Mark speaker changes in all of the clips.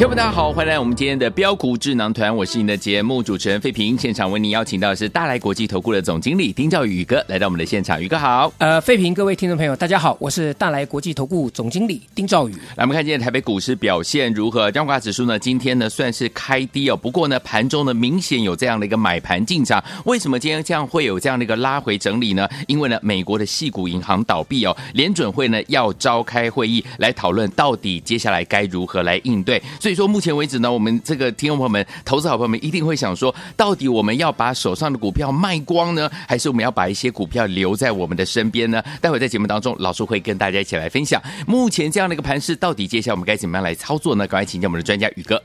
Speaker 1: 听众朋友大家好，欢迎来我们今天的标股智囊团，我是您的节目主持人费平。现场为您邀请到的是大来国际投顾的总经理丁兆宇宇哥来到我们的现场，宇哥好。
Speaker 2: 呃，废评各位听众朋友，大家好，我是大来国际投顾总经理丁兆宇。
Speaker 1: 来，我们看今天台北股市表现如何？张华指数呢，今天呢算是开低哦，不过呢盘中呢明显有这样的一个买盘进场。为什么今天这样会有这样的一个拉回整理呢？因为呢美国的系股银行倒闭哦，联准会呢要召开会议来讨论到底接下来该如何来应对。所以说目前为止呢，我们这个听众朋友们、投资好朋友们一定会想说，到底我们要把手上的股票卖光呢，还是我们要把一些股票留在我们的身边呢？待会在节目当中，老师会跟大家一起来分享，目前这样的一个盘势，到底接下来我们该怎么样来操作呢？赶快请教我们的专家宇哥。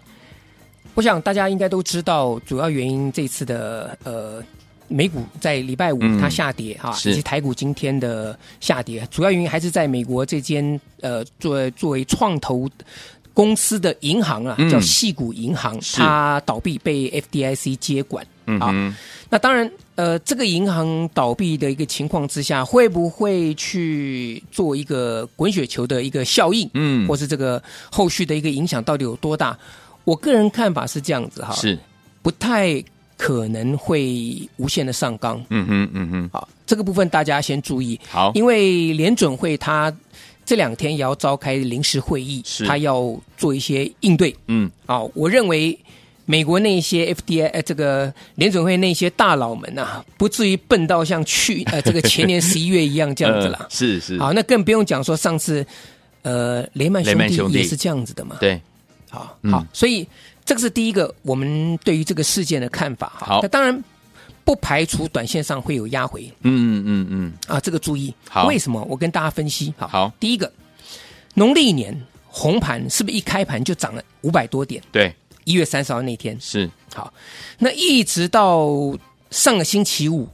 Speaker 2: 我想大家应该都知道，主要原因这次的呃。美股在礼拜五
Speaker 1: 嗯
Speaker 2: 它下跌哈、
Speaker 1: 是
Speaker 2: 以及台股今天的下跌，主要原因还是在美国这间呃作为作为创投公司的银行啊
Speaker 1: 嗯，
Speaker 2: 叫系股银行，
Speaker 1: 是
Speaker 2: 它倒闭被 FDIC 接管。啊
Speaker 1: 嗯哼，
Speaker 2: 那当然，呃，这个银行倒闭的一个情况之下，会不会去做一个滚雪球的一个效应？
Speaker 1: 嗯
Speaker 2: 或是这个后续的一个影响到底有多大？我个人看法是这样子哈，
Speaker 1: 是，
Speaker 2: 不太可能会无限的上纲。
Speaker 1: 嗯哼，嗯哼，
Speaker 2: 好，这个部分大家先注意，
Speaker 1: 好，
Speaker 2: 因为联准会它这两天也要召开临时会议
Speaker 1: 是，
Speaker 2: 它要做一些应对。
Speaker 1: 嗯，
Speaker 2: 啊、我认为美国那些 FDA 呃这个联准会那些大佬们啊，不至于笨到像去呃这个前年十一月一样这样子
Speaker 1: 呃
Speaker 2: 啦。
Speaker 1: 是是，
Speaker 2: 好，那更不用讲说上次呃雷曼
Speaker 1: 雷
Speaker 2: 兄
Speaker 1: 曼
Speaker 2: 弟
Speaker 1: 兄弟
Speaker 2: 也是这样子的嘛。
Speaker 1: 对，
Speaker 2: 好，
Speaker 1: 嗯
Speaker 2: 好，所以这个是第一个我们对于这个事件的看法哈。
Speaker 1: 好
Speaker 2: 那当然不排除短线上会有压回
Speaker 1: 嗯嗯嗯，
Speaker 2: 啊，这个注意。
Speaker 1: 好
Speaker 2: 为什么？我跟大家分析。好，
Speaker 1: 好
Speaker 2: 第一个，农历年红盘是不是一开盘就涨了五百多点？
Speaker 1: 对，
Speaker 2: 一月三十号那天，
Speaker 1: 是，
Speaker 2: 好，那一直到上个星期五，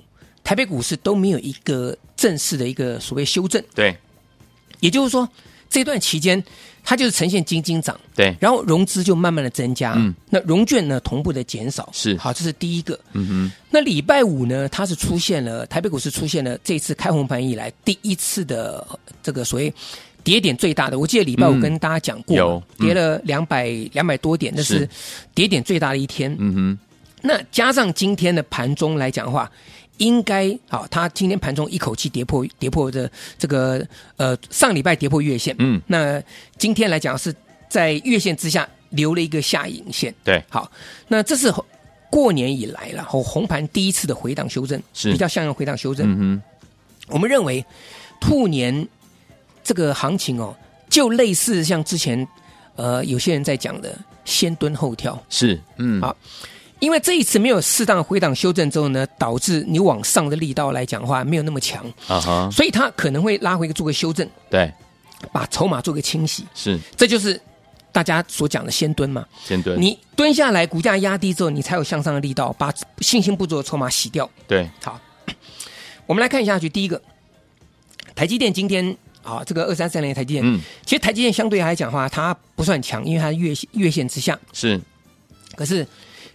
Speaker 2: 台北股市都没有一个正式的一个所谓修正，
Speaker 1: 对
Speaker 2: 也就是说，这段期间它就是呈现金金涨，
Speaker 1: 对，
Speaker 2: 然后融资就慢慢的增加，
Speaker 1: 嗯，
Speaker 2: 那融券呢同步的减少，
Speaker 1: 是
Speaker 2: 好，这是第一个。
Speaker 1: 嗯
Speaker 2: 那礼拜五呢，它是出现了台北股市出现了这次开红盘以来第一次的呃这个所谓跌点最大的。我记得礼拜五
Speaker 1: 嗯
Speaker 2: 跟大家讲过，
Speaker 1: 有嗯
Speaker 2: 跌了两百两百多点，那
Speaker 1: 是
Speaker 2: 是跌点最大的一天。
Speaker 1: 哼，嗯哼，
Speaker 2: 那加上今天的盘中来讲的话，应该好，它今天盘中一口气跌破跌破的这个呃上礼拜跌破月线，
Speaker 1: 嗯，
Speaker 2: 那今天来讲是在月线之下留了一个下影线，
Speaker 1: 对，
Speaker 2: 好，那这是过年以来了，红红盘第一次的回档修正，
Speaker 1: 是
Speaker 2: 比较像样回档修正。
Speaker 1: 嗯
Speaker 2: 我们认为兔年这个行情哦，就类似像之前呃有些人在讲的先蹲后跳，
Speaker 1: 哼，是，嗯，
Speaker 2: 好因为这一次没有适当回档修正之后呢，导致你往上的力道来讲的话没有那么强，
Speaker 1: 啊哈，
Speaker 2: 所以它可能会拉回做个修正，
Speaker 1: 对，
Speaker 2: 把筹码做个清洗，
Speaker 1: 是，
Speaker 2: 这就是大家所讲的先蹲嘛。
Speaker 1: 先蹲，
Speaker 2: 你蹲下来，股价压低之后，你才有向上的力道，把信心不足的筹码洗掉。
Speaker 1: 对，
Speaker 2: 好，我们来看一下去第一个，台积电今天啊，这个二三三零的台积电，
Speaker 1: 嗯，
Speaker 2: 其实台积电相对来讲的话，它不算强，因为它月线月线之下，
Speaker 1: 是，
Speaker 2: 可是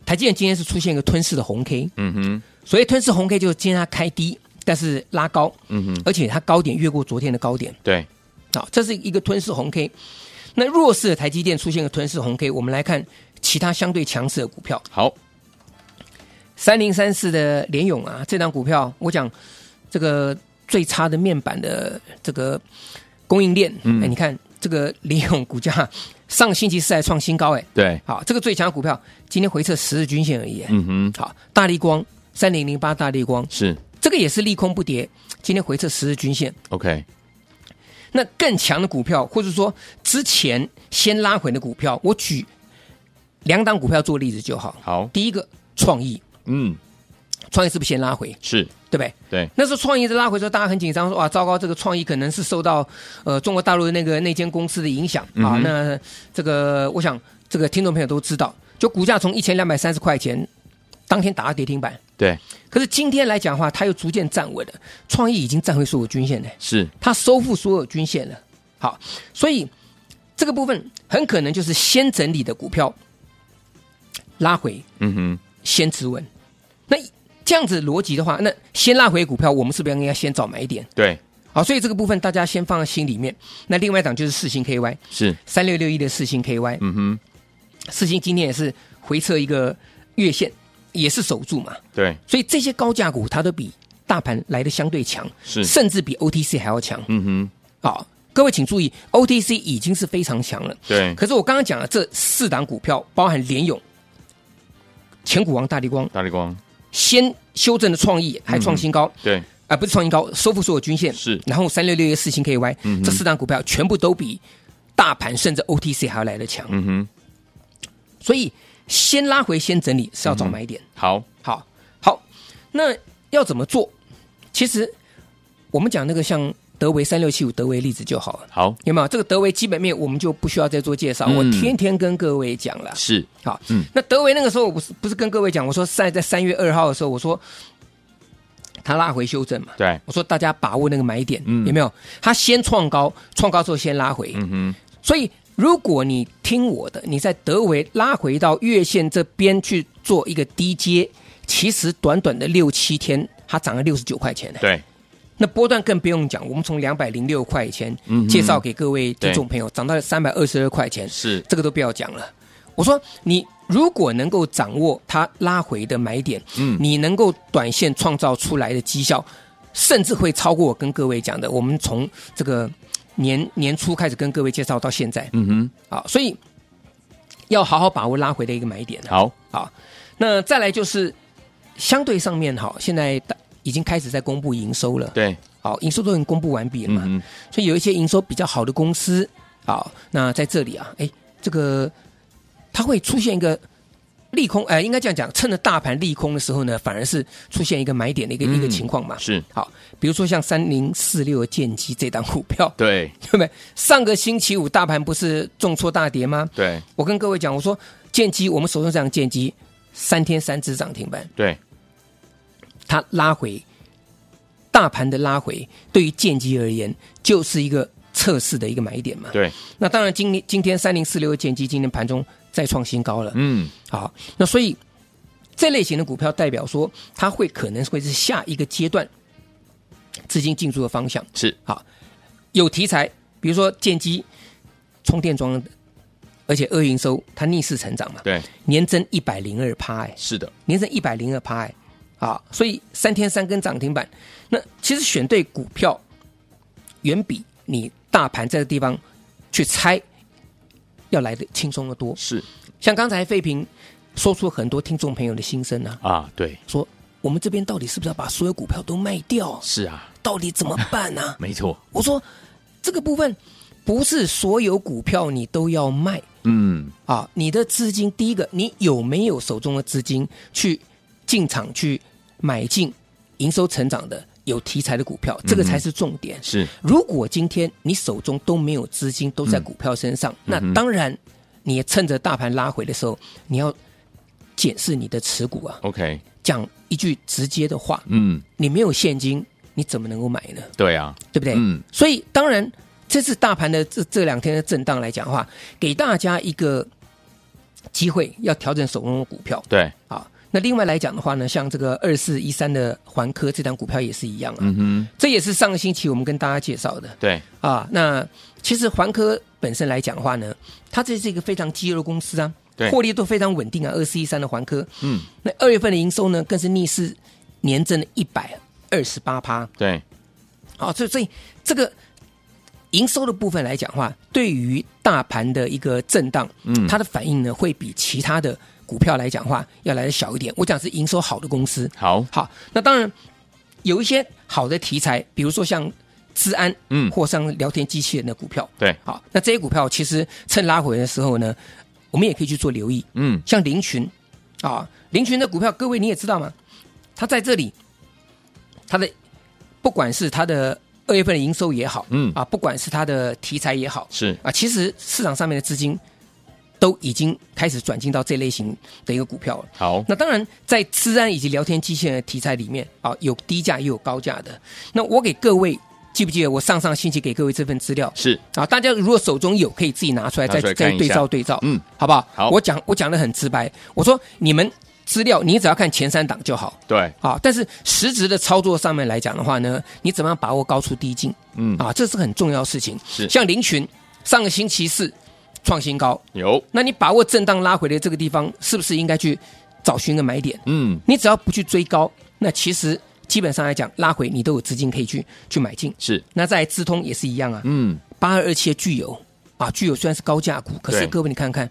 Speaker 2: 台积电今天是出现一个吞噬的红 K，
Speaker 1: 嗯哼，
Speaker 2: 所谓吞噬红 K 就是今天它开低，但是拉高，
Speaker 1: 嗯哼，
Speaker 2: 而且它高点越过昨天的高点，
Speaker 1: 对，
Speaker 2: 好，这是一个吞噬红 K。那弱势的台积电出现一个吞噬红 K，我们来看其他相对强势的股票，
Speaker 1: 好，
Speaker 2: 三零三四的联勇啊，这档股票，我讲这个最差的面板的这个供应链，
Speaker 1: 嗯
Speaker 2: 哎，你看这个联勇股价上星期四还创新高，哎，
Speaker 1: 对，
Speaker 2: 好，这个最强的股票今天回撤十日均线而已，哎，
Speaker 1: 嗯哼，
Speaker 2: 好，大力光三零零八大力光，
Speaker 1: 是
Speaker 2: 这个也是利空不跌，今天回撤十日均线。
Speaker 1: ，OK，
Speaker 2: 那更强的股票，或者说之前先拉回的股票，我举两档股票做例子就好。
Speaker 1: 好，
Speaker 2: 第一个创意，
Speaker 1: 嗯，
Speaker 2: 创意是不是先拉回，
Speaker 1: 是
Speaker 2: 对不对？
Speaker 1: 对，
Speaker 2: 那时候创意在拉回之后，大家很紧张，说哇，糟糕，这个创意可能是受到呃中国大陆的那个那间公司的影响
Speaker 1: 嗯
Speaker 2: 啊。
Speaker 1: 哼
Speaker 2: 那这个我想这个听众朋友都知道，就股价从一千两百三十块钱当天打到跌停板，
Speaker 1: 对，
Speaker 2: 可是今天来讲的话，它又逐渐站稳了，创意已经站回所有均线了，
Speaker 1: 是，
Speaker 2: 它收复所有均线了。好，所以这个部分很可能就是先整理的股票拉回，
Speaker 1: 嗯哼，
Speaker 2: 先持稳。那这样子逻辑的话，那先拉回股票，我们是不是应该先找买点？
Speaker 1: 对，
Speaker 2: 好，所以这个部分大家先放在心里面。那另外一档就是四星 KY
Speaker 1: 是，
Speaker 2: 三六六一的四星 KY，
Speaker 1: 嗯哼，
Speaker 2: 四星今天也是回撤一个月线，也是守住嘛。
Speaker 1: 对，
Speaker 2: 所以这些高价股它都比大盘来的相对强，
Speaker 1: 是
Speaker 2: 甚至比 OTC 还要强
Speaker 1: 嗯哼，
Speaker 2: 啊、各位请注意，OTC 已经是非常强了。
Speaker 1: 对，
Speaker 2: 可是我刚刚讲了这四档股票，包含联勇、前股王大力光，
Speaker 1: 大力光，
Speaker 2: 先修正的创意还创新高，
Speaker 1: 对，
Speaker 2: 啊、不是创新高，收复所有均线
Speaker 1: 嗯是
Speaker 2: 然后三六六一四星 KY，、
Speaker 1: 嗯哼
Speaker 2: 这四档股票全部都比大盘甚至 OTC 还要来得强，
Speaker 1: 嗯哼，
Speaker 2: 所以先拉回先整理是要
Speaker 1: 嗯
Speaker 2: 找买点。
Speaker 1: 好，
Speaker 2: 好，好，那要怎么做？其实我们讲那个像德维三六七五德维例子就好了。
Speaker 1: 好，
Speaker 2: 有没有这个德维基本面，我们就不需要再做介绍。
Speaker 1: 嗯
Speaker 2: 我天天跟各位讲了，
Speaker 1: 是，
Speaker 2: 好，
Speaker 1: 嗯
Speaker 2: 那德维那个时候我不是不是跟各位讲，我说在在三月二号的时候，我说它拉回修正嘛，
Speaker 1: 对，
Speaker 2: 我说大家把握那个买点，
Speaker 1: 嗯
Speaker 2: 有没有？它先创高，创高之后先拉回，
Speaker 1: 嗯哼，
Speaker 2: 所以如果你听我的，你在德维拉回到月线这边去做一个低阶，其实短短的六七天，它涨了六十九块钱呢。
Speaker 1: 对，
Speaker 2: 那波段更不用讲，我们从两百零六块钱
Speaker 1: 嗯哼
Speaker 2: 介绍给各位听众朋友，涨到三百二十二块钱，
Speaker 1: 是，
Speaker 2: 这个都不要讲了。我说你如果能够掌握它拉回的买点，
Speaker 1: 嗯
Speaker 2: 你能够短线创造出来的绩效，甚至会超过我跟各位讲的。我们从这个年年初开始跟各位介绍到现在
Speaker 1: 嗯哼，
Speaker 2: 啊，所以要好好把握拉回的一个买点啊。
Speaker 1: 好，
Speaker 2: 好，那再来就是相对上面哈，现在大已经开始在公布营收了，
Speaker 1: 对，
Speaker 2: 好，营收都已经公布完毕了嘛，
Speaker 1: 嗯哼，
Speaker 2: 所以有一些营收比较好的公司，好，那在这里啊，哎，这个它会出现一个利空，哎、应该这样讲，趁着大盘利空的时候呢，反而是出现一个买点的一个、
Speaker 1: 嗯
Speaker 2: 一个情况嘛。
Speaker 1: 是，
Speaker 2: 好，比如说像三零四六剑机这档股票，
Speaker 1: 对，
Speaker 2: 对不对？上个星期五大盘不是重挫大跌吗？
Speaker 1: 对，
Speaker 2: 我跟各位讲，我说剑机，我们手中这档剑机三天三只涨停板，
Speaker 1: 对，
Speaker 2: 它拉回，大盘的拉回，对于剑机而言，就是一个测试的一个买点嘛。
Speaker 1: 对，
Speaker 2: 那当然今，年今天三零四六剑机今天盘中再创新高了，
Speaker 1: 嗯，
Speaker 2: 好，那所以这类型的股票代表说，它会可能会是下一个阶段资金进驻的方向。
Speaker 1: 是，
Speaker 2: 好，有题材，比如说剑机、充电桩，而且二营收它逆势成长嘛，
Speaker 1: 对，
Speaker 2: 年增一百零二趴，哎，
Speaker 1: 是的，
Speaker 2: 年增一百零二趴，哎，啊，所以三天三根涨停板，那其实选对股票，远比你大盘在这地方去猜要来的轻松的多。
Speaker 1: 是
Speaker 2: 像刚才费平说出很多听众朋友的心声啊，
Speaker 1: 啊，对，
Speaker 2: 说我们这边到底是不是要把所有股票都卖掉？
Speaker 1: 是啊，
Speaker 2: 到底怎么办呢、
Speaker 1: 没错，
Speaker 2: 我说这个部分不是所有股票你都要卖
Speaker 1: 嗯，
Speaker 2: 啊，你的资金第一个，你有没有手中的资金去进场去买进营收成长的有题材的股票，这个才是重点。
Speaker 1: 是，
Speaker 2: 如果今天你手中都没有资金，都在股票身上，那当然你也趁着大盘拉回的时候，你要检视你的持股啊。
Speaker 1: OK，
Speaker 2: 讲一句直接的话，
Speaker 1: 嗯，
Speaker 2: 你没有现金，你怎么能够买呢？
Speaker 1: 对啊，
Speaker 2: 对不对？
Speaker 1: 嗯
Speaker 2: 所以当然，这次大盘的这这两天的震荡来讲的话，给大家一个机会，要调整手中的股票
Speaker 1: 对，
Speaker 2: 啊。那另外来讲的话呢，像这个二四一三的环科这档股票也是一样啊，
Speaker 1: 嗯
Speaker 2: 这也是上个星期我们跟大家介绍的
Speaker 1: 哼，对，
Speaker 2: 啊。那其实环科本身来讲的话呢，它这是一个非常肌肉的公司啊
Speaker 1: 对，
Speaker 2: 获利都非常稳定啊。二四一三的环科，
Speaker 1: 嗯，
Speaker 2: 那二月份的营收呢，更是逆势年增了一百二十八趴，
Speaker 1: 对，
Speaker 2: 好，啊所以所以这个营收的部分来讲的话，对于大盘的一个震荡，
Speaker 1: 嗯
Speaker 2: 它的反应呢会比其他的股票来讲的话要来的小一点。我讲是营收好的公司，
Speaker 1: 好，
Speaker 2: 好，那当然有一些好的题材，比如说像治安，
Speaker 1: 嗯
Speaker 2: 或像聊天机器人的股票，
Speaker 1: 对，
Speaker 2: 好，那这些股票其实趁拉回的时候呢，我们也可以去做留意。
Speaker 1: 嗯，
Speaker 2: 像林群啊，林群的股票，各位你也知道嘛，它在这里，它的不管是它的二月份的营收也好，
Speaker 1: 嗯
Speaker 2: 啊，不管是它的题材也好，
Speaker 1: 是
Speaker 2: 啊，其实市场上面的资金都已经开始转进到这类型的一个股票了。
Speaker 1: 好，
Speaker 2: 那当然，在治安以及聊天机器人的题材里面啊，有低价也有高价的。那我给各位记不记得我上上星期给各位这份资料
Speaker 1: 是
Speaker 2: 啊？大家如果手中有，可以自己拿出来
Speaker 1: 拿
Speaker 2: 再
Speaker 1: 出来
Speaker 2: 再
Speaker 1: 看一
Speaker 2: 对
Speaker 1: 下
Speaker 2: 照对照，
Speaker 1: 嗯，
Speaker 2: 好不好？
Speaker 1: 好
Speaker 2: 我讲我讲的很直白，我说你们资料你只要看前三档就好。
Speaker 1: 对，
Speaker 2: 啊，但是实质的操作上面来讲的话呢，你怎么样把握高出低进？
Speaker 1: 嗯
Speaker 2: 啊，这是很重要的事情。
Speaker 1: 是
Speaker 2: 像林群上个星期四创新高，
Speaker 1: 有，
Speaker 2: 那你把握震荡拉回的这个地方，是不是应该去找寻个买点？
Speaker 1: 嗯，
Speaker 2: 你只要不去追高，那其实基本上来讲，拉回你都有资金可以去去买进。
Speaker 1: 是，
Speaker 2: 那在资通也是一样啊，
Speaker 1: 嗯，
Speaker 2: 八二二七的具有啊，具有虽然是高价股，可是
Speaker 1: 对
Speaker 2: 各位你看看，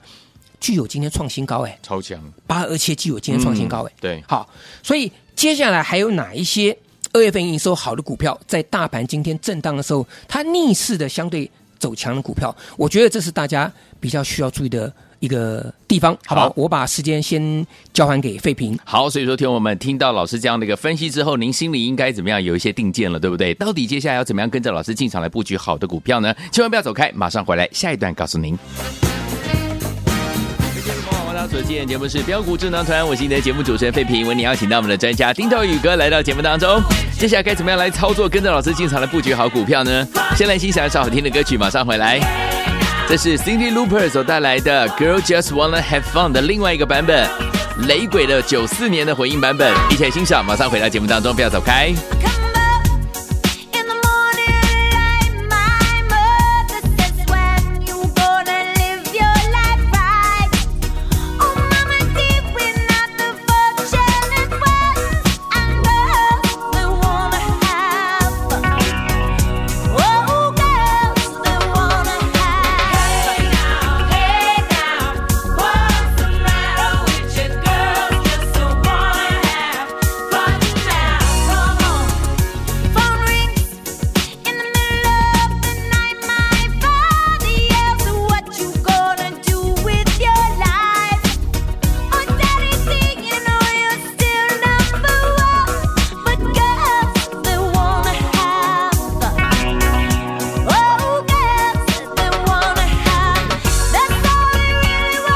Speaker 2: 具有今天创新高哎、
Speaker 1: 超强，
Speaker 2: 八二七具有今天创新高哎、
Speaker 1: 嗯对
Speaker 2: 好，所以接下来还有哪一些二月份营收好的股票，在大盘今天震荡的时候，它逆势的相对走强的股票，我觉得这是大家比较需要注意的一个地方，好不好？
Speaker 1: 好
Speaker 2: 我把时间先交还给费平。
Speaker 1: 好，所以说，听我们听到老师这样的一个分析之后，您心里应该怎么样有一些定见了，对不对？到底接下来要怎么样跟着老师进场来布局好的股票呢？千万不要走开，马上回来，下一段告诉您。大家所见节目是标股智囊团，我是你的节目主持人费平，为你邀请到我们的专家丁兆宇哥来到节目当中。接下来该怎么样来操作，跟着老师进场来布局好股票呢？先来欣赏一首好听的歌曲，马上回来。这是 Cindy Looper 所带来的《Girl Just Wanna Have Fun》的另外一个版本，雷鬼的九四年的回应版本，一起来欣赏。马上回到节目当中，不要走开。
Speaker 3: Come up in the morning My mother says when you gonna live your life right. Oh, mama, dear, we're not the fortunate ones. I know they wanna have Oh, girls, they wanna have Hey now, what's the matter with you girls? Just wanna have fun now. Come on. Phone rings in the middle of the night. My body asks, "What you gonna do with your life?" Oh, daddy, dear, you know you're still number one, but girls they wanna have fun. Oh, girls they wanna have. That's all they really want. Some fun.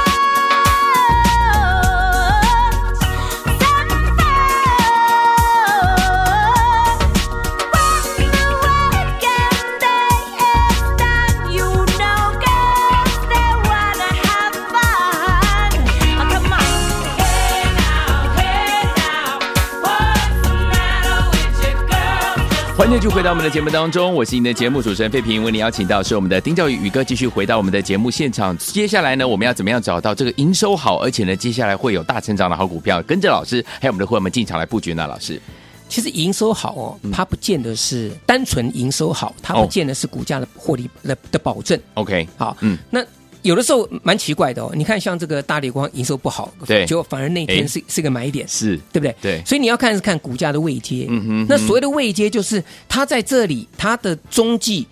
Speaker 3: Girl,
Speaker 1: 欢迎继续回到我们的节目当中，我是您的节目主持人费平，为您邀请到是我们的丁兆宇宇哥继续回到我们的节目现场。接下来呢，我们要怎么样找到这个营收好，而且呢，接下来会有大成长的好股票，跟着老师还有我们的伙伴们进场来布局呢？老师，
Speaker 2: 其实营收好哦，它不见得是单纯营收好，它
Speaker 1: 哦
Speaker 2: 不见得是股价的获利的的保证。
Speaker 1: OK，
Speaker 2: 好，
Speaker 1: 嗯
Speaker 2: 嗯，那有的时候蛮奇怪的哦。你看，像这个大力光营收不好，
Speaker 1: 对
Speaker 2: 结果反而那
Speaker 1: 哎
Speaker 2: 天是、是个买点，
Speaker 1: 是
Speaker 2: 对不对？
Speaker 1: 对
Speaker 2: 所以你要看是看股价的位阶。
Speaker 1: 嗯哼
Speaker 2: 那所谓的位阶，就是它在这里它的中继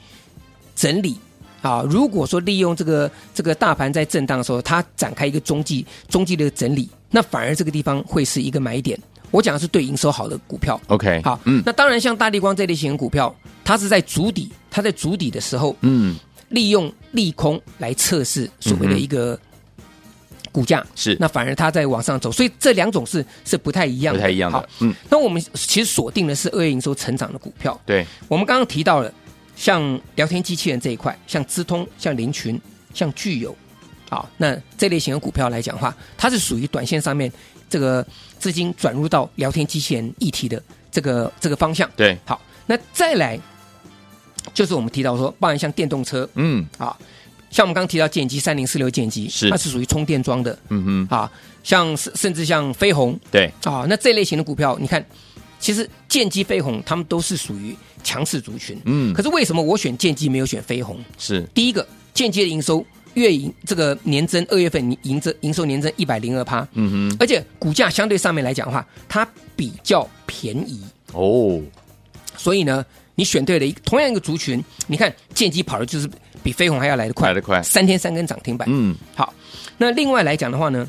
Speaker 2: 整理。啊，如果说利用这个这个大盘在震荡的时候，它展开一个中继中继的整理，那反而这个地方会是一个买点。我讲的是对营收好的股票。
Speaker 1: OK，
Speaker 2: 好，
Speaker 1: 嗯
Speaker 2: 那当然像大力光这类型的股票，它是在筑底，它在筑底的时候，
Speaker 1: 嗯，
Speaker 2: 利用利空来测试所谓的一个股价，
Speaker 1: 是
Speaker 2: 那反而它在往上走，所以这两种是是不太一样
Speaker 1: 不
Speaker 2: 的，
Speaker 1: 太一样
Speaker 2: 好
Speaker 1: 的，，嗯，
Speaker 2: 那我们其实锁定的是二月营收成长的股票，
Speaker 1: 对，
Speaker 2: 我们刚刚提到了像聊天机器人这一块，像资通、像林群、像聚友，好，那这类型的股票来讲的话，它是属于短线上面这个资金转入到聊天机器人议题的这个这个方向。
Speaker 1: 对，
Speaker 2: 好，那再来就是我们提到说，包含像电动车，
Speaker 1: 嗯
Speaker 2: 啊，像我们刚刚提到剑机三零四六剑机，
Speaker 1: 是
Speaker 2: 它是属于充电桩的
Speaker 1: 嗯哼，
Speaker 2: 啊，像甚甚至像飞鸿
Speaker 1: 对，
Speaker 2: 啊，那这类型的股票，你看，其实剑机、飞鸿它们都是属于强势族群。
Speaker 1: 嗯
Speaker 2: 可是为什么我选剑机没有选飞鸿？
Speaker 1: 是，
Speaker 2: 第一个，剑机的营收月营这个年增，二月份营增营收年增一百零二趴，
Speaker 1: 嗯
Speaker 2: 而且股价相对上面来讲的话，它比较便宜，
Speaker 1: 哼，哦，
Speaker 2: 所以呢，你选对了一同样一个族群，你看剑机跑的就是比飞鸿还要来得快，
Speaker 1: 来得快
Speaker 2: 三天三根涨停板。
Speaker 1: 嗯，
Speaker 2: 好，那另外来讲的话呢，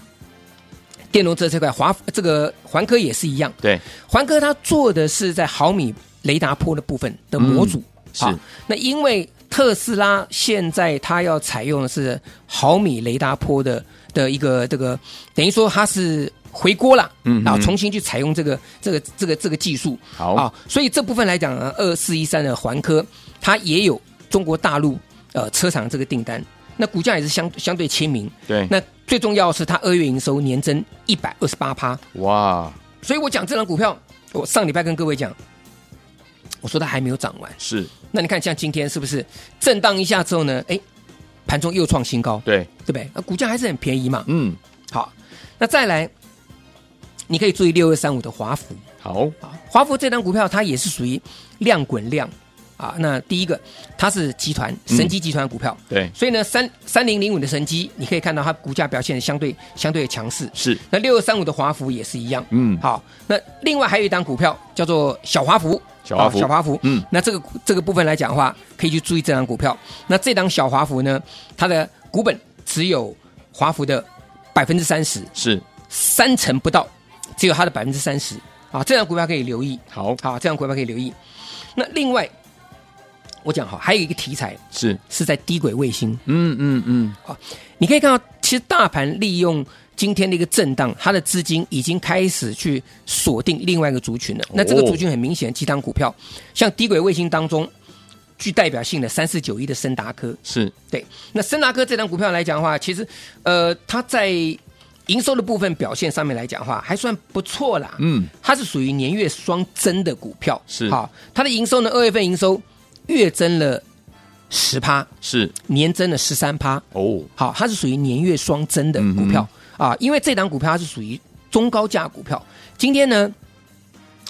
Speaker 2: 电动车这块华这个环科也是一样，
Speaker 1: 对，
Speaker 2: 环科它做的是在毫米雷达波的部分的模组，
Speaker 1: 嗯是
Speaker 2: 啊那因为特斯拉现在它要采用的是毫米雷达波的的一个这个，等于说它是回锅了，
Speaker 1: 嗯哼
Speaker 2: 然后重新去采用这个这个这个这个技术，
Speaker 1: 好
Speaker 2: 啊，所以这部分来讲呢，二四一三的环科它也有中国大陆呃车厂这个订单，那股价也是相相对亲民，
Speaker 1: 对，
Speaker 2: 那最重要的是它二月营收年增一百二十八趴，
Speaker 1: 哇，
Speaker 2: 所以我讲这张股票，我上礼拜跟各位讲，我说它还没有涨完。
Speaker 1: 是
Speaker 2: 那你看，像今天是不是震荡一下之后呢？哎，盘中又创新高，
Speaker 1: 对，
Speaker 2: 对不对？那股价还是很便宜嘛。
Speaker 1: 嗯，
Speaker 2: 好，那再来，你可以注意六二三五的华孚
Speaker 1: 好，
Speaker 2: 啊，华孚这张股票它也是属于量滚量啊。那第一个，它是集团神机集团的股票，
Speaker 1: 对，
Speaker 2: 所以呢，三三零零五的神机，你可以看到它股价表现相对相对强势。
Speaker 1: 是，
Speaker 2: 那六二三五的华孚也是一样，
Speaker 1: 嗯，
Speaker 2: 好，那另外还有一档股票叫做小华孚，
Speaker 1: 小华孚
Speaker 2: 啊小华孚，
Speaker 1: 嗯
Speaker 2: 嗯，那这个这个部分来讲的话，可以去注意这档股票。那这档小华孚呢，它的股本只有华孚的百分之三十，
Speaker 1: 是，
Speaker 2: 三成不到，只有它的百分之三十啊，这档股票可以留意，
Speaker 1: 好，
Speaker 2: 好，这档股票可以留意。那另外，我讲好，还有一个题材
Speaker 1: 是，
Speaker 2: 是在低轨卫星，
Speaker 1: 嗯嗯嗯，
Speaker 2: 你可以看到，其实大盘利用今天的一个震荡，它的资金已经开始去锁定另外一个族群了。那
Speaker 1: 哦
Speaker 2: 这个族群很明显，几档股票，像低轨卫星当中具代表性的三四九一的森达科，
Speaker 1: 是，
Speaker 2: 对，那森达科这档股票来讲的话，其实呃，它在营收的部分表现上面来讲的话，还算不错啦。
Speaker 1: 嗯，
Speaker 2: 它是属于年月双增的股票，
Speaker 1: 是
Speaker 2: 好，它的营收呢，二月份营收月增了十趴，
Speaker 1: 是，
Speaker 2: 年增了十三趴。
Speaker 1: 哦，
Speaker 2: 好，它是属于年月双增
Speaker 1: 嗯
Speaker 2: 的股票、啊，因为这档股票它是属于中高价股票。今天呢，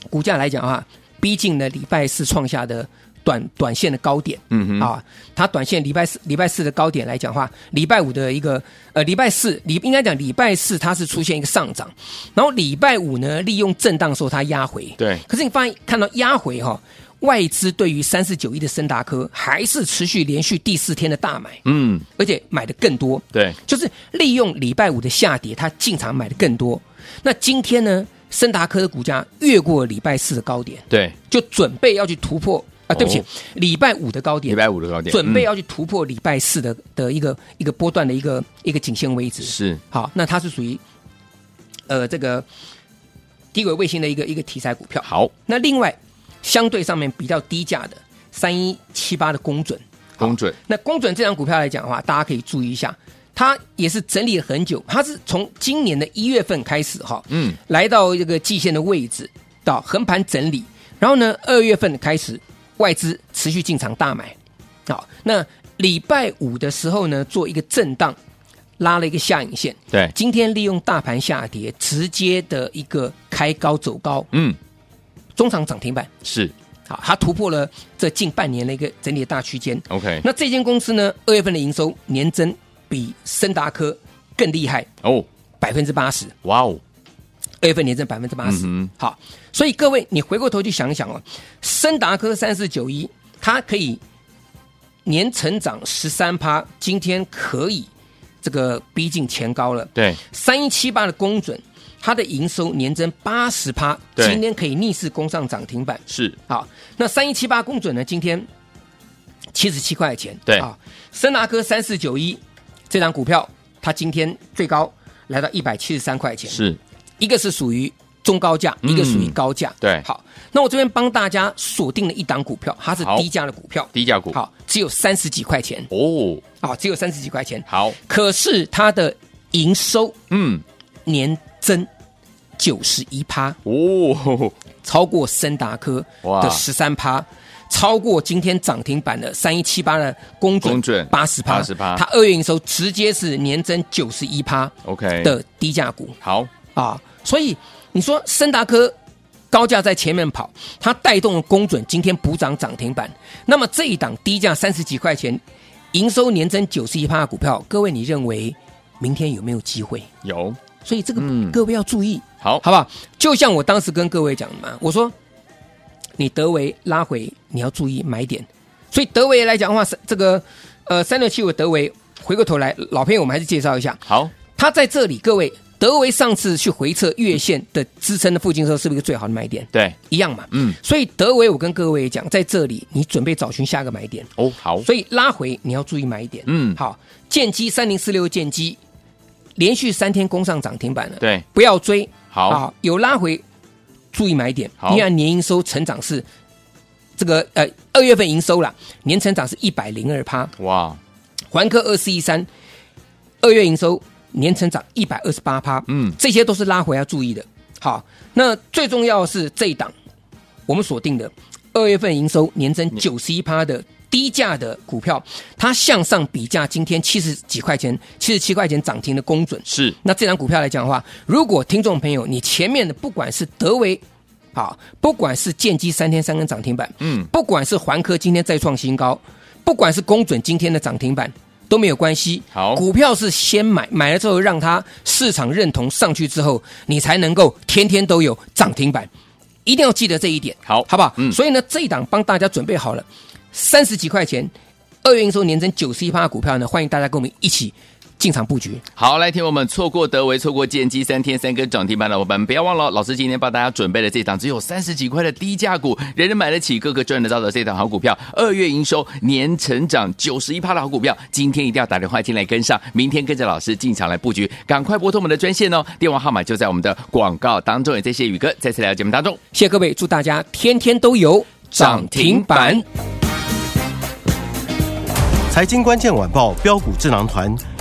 Speaker 2: 股价来讲啊，逼近了礼拜四创下的短短线的高点。
Speaker 1: 嗯哼，
Speaker 2: 啊，它短线礼拜四礼拜四的高点来讲的话，礼拜五的一个呃礼拜四礼应该讲礼拜四它是出现一个上涨，然后礼拜五呢利用震荡的时候它压回，
Speaker 1: 对，
Speaker 2: 可是你发现看到压回哈、外资对于三四九一的森达科还是持续连续第四天的大买，
Speaker 1: 嗯，
Speaker 2: 而且买的更多，
Speaker 1: 对，
Speaker 2: 就是利用礼拜五的下跌，它进场买的更多。那今天呢，森达科的股价越过礼拜四的高点，
Speaker 1: 对，
Speaker 2: 就准备要去突破啊、对不起
Speaker 1: 哦，
Speaker 2: 礼拜五的高点，
Speaker 1: 礼拜五的高点，
Speaker 2: 准备
Speaker 1: 嗯
Speaker 2: 哦要去突破礼拜四的的一个一个波段的一个一个颈线位置。
Speaker 1: 是，
Speaker 2: 好，那它是属于呃这个低轨卫星的一个一个题材股票。
Speaker 1: 好，
Speaker 2: 那另外相对上面比较低价的三一七八的公准，
Speaker 1: 公准，
Speaker 2: 那公准这张股票来讲的话，大家可以注意一下，它也是整理了很久，它是从今年的一月份开始哈，
Speaker 1: 嗯，
Speaker 2: 来到这个季线的位置，到横盘整理，然后呢，二月份开始外资持续进场大买，好，那礼拜五的时候呢，做一个震荡，拉了一个下影线，
Speaker 1: 对，
Speaker 2: 今天利用大盘下跌，直接的一个开高走高，
Speaker 1: 嗯，
Speaker 2: 中场涨停板，
Speaker 1: 是
Speaker 2: 好，它突破了这近半年的一个整理的大区间。
Speaker 1: ，OK，
Speaker 2: 那这间公司呢，二月份的营收年增比森达科更厉害，
Speaker 1: 哦，
Speaker 2: 百分之八十，
Speaker 1: 哇哦，
Speaker 2: 二月份年增百分之八十
Speaker 1: 嗯哼。
Speaker 2: 好，所以各位你回过头去想一想哦，森达科三四九一，它可以年成长十三趴，今天可以这个逼近前高了。
Speaker 1: 对，
Speaker 2: 三一七八的公准，它的营收年增八十趴，
Speaker 1: 对
Speaker 2: 今天可以逆势攻上涨停板。
Speaker 1: 是，
Speaker 2: 好，那三一七八公准呢，今天七十七块钱。
Speaker 1: 对
Speaker 2: 啊，森达科三四九一这张股票，它今天最高来到一百七十三块钱。
Speaker 1: 是，
Speaker 2: 一个是属于中高价，
Speaker 1: 嗯
Speaker 2: 一个属于高价。
Speaker 1: 对
Speaker 2: 好，那我这边帮大家锁定了一档股票，它是
Speaker 1: 好
Speaker 2: 低价的股票，
Speaker 1: 低价股，，
Speaker 2: 好，只有三十几块钱
Speaker 1: 哦，
Speaker 2: 啊，只有三十几块钱。
Speaker 1: 好，
Speaker 2: 可是它的营收
Speaker 1: 嗯，
Speaker 2: 年增九十一趴，
Speaker 1: 哦，
Speaker 2: 超过森达科
Speaker 1: 哇
Speaker 2: 的十三趴，超过今天涨停板的三一七八的公准
Speaker 1: 公准
Speaker 2: 八十趴，
Speaker 1: 80%
Speaker 2: 它二月营收直接是年增九十一趴
Speaker 1: OK
Speaker 2: 的低价股
Speaker 1: 好，
Speaker 2: 啊，所以你说森达科。高价在前面跑，它带动了公准今天补涨涨停板。那么这一档低价三十几块钱，营收年增九十一趴的股票，各位你认为明天有没有机会？
Speaker 1: 有，
Speaker 2: 所以这个
Speaker 1: 嗯
Speaker 2: 各位要注意，
Speaker 1: 好，
Speaker 2: 好不好？就像我当时跟各位讲的嘛，我说你德维拉回，你要注意买点。所以德维来讲的话，是这个呃，三六七五德维，回过头来，老朋友，我们还是介绍一下，
Speaker 1: 好，
Speaker 2: 它在这里，各位，德维上次去回测月线的支撑的附近的时候，是不是一个最好的买点？
Speaker 1: 对，
Speaker 2: 一样嘛，
Speaker 1: 嗯，
Speaker 2: 所以德维，我跟各位讲，在这里你准备找寻下个买点，
Speaker 1: 哦，好，
Speaker 2: 所以拉回你要注意买点，
Speaker 1: 嗯
Speaker 2: 好，剑机三零四六剑机连续三天攻上涨停板了，，
Speaker 1: 对，
Speaker 2: 不要追，
Speaker 1: 好
Speaker 2: 啊，有拉回，注意买点，
Speaker 1: 好
Speaker 2: 你看年营收成长是这个呃二月份营收啦，年成长是一百零二趴，
Speaker 1: 哇，
Speaker 2: 环科二四一三，二月营收年成长一百二十八趴，
Speaker 1: 嗯
Speaker 2: 这些都是拉回要注意的。好，那最重要的是这一档我们锁定的二月份营收年增九十一趴的低价的股票，它向上比价，今天七十几块钱，七十七块钱涨停的公准。
Speaker 1: 是，
Speaker 2: 那这档股票来讲的话，如果听众朋友你前面的不管是德维。好，不管是建机三天三根涨停板，
Speaker 1: 嗯
Speaker 2: 不管是环科今天再创新高，不管是工准今天的涨停板都没有关系。
Speaker 1: 好
Speaker 2: 股票是先买，买了之后让它市场认同上去之后，你才能够天天都有涨停板，一定要记得这一点，
Speaker 1: 好
Speaker 2: 好不好？
Speaker 1: 嗯
Speaker 2: 所以呢，这一档帮大家准备好了，三十几块钱，二月营收年增九十一趴的股票呢，欢迎大家跟我们一起进场布局。
Speaker 1: 好，来听我们错过德维、错过剑机三天三根涨停板的伙伴们，不要忘了，老师今天帮大家准备了这档只有三十几块的低价股，人人买得起，个个赚得到的这档好股票，二月营收年成长九十一趴的好股票，今天一定要打电话进来跟上，明天跟着老师进场来布局，赶快拨通我们的专线哦，电话号码就在我们的广告当中，也谢谢宇哥再次来到节目当中。
Speaker 2: 谢谢各位，祝大家天天都有涨停板。
Speaker 4: 财经关键晚报标股智囊团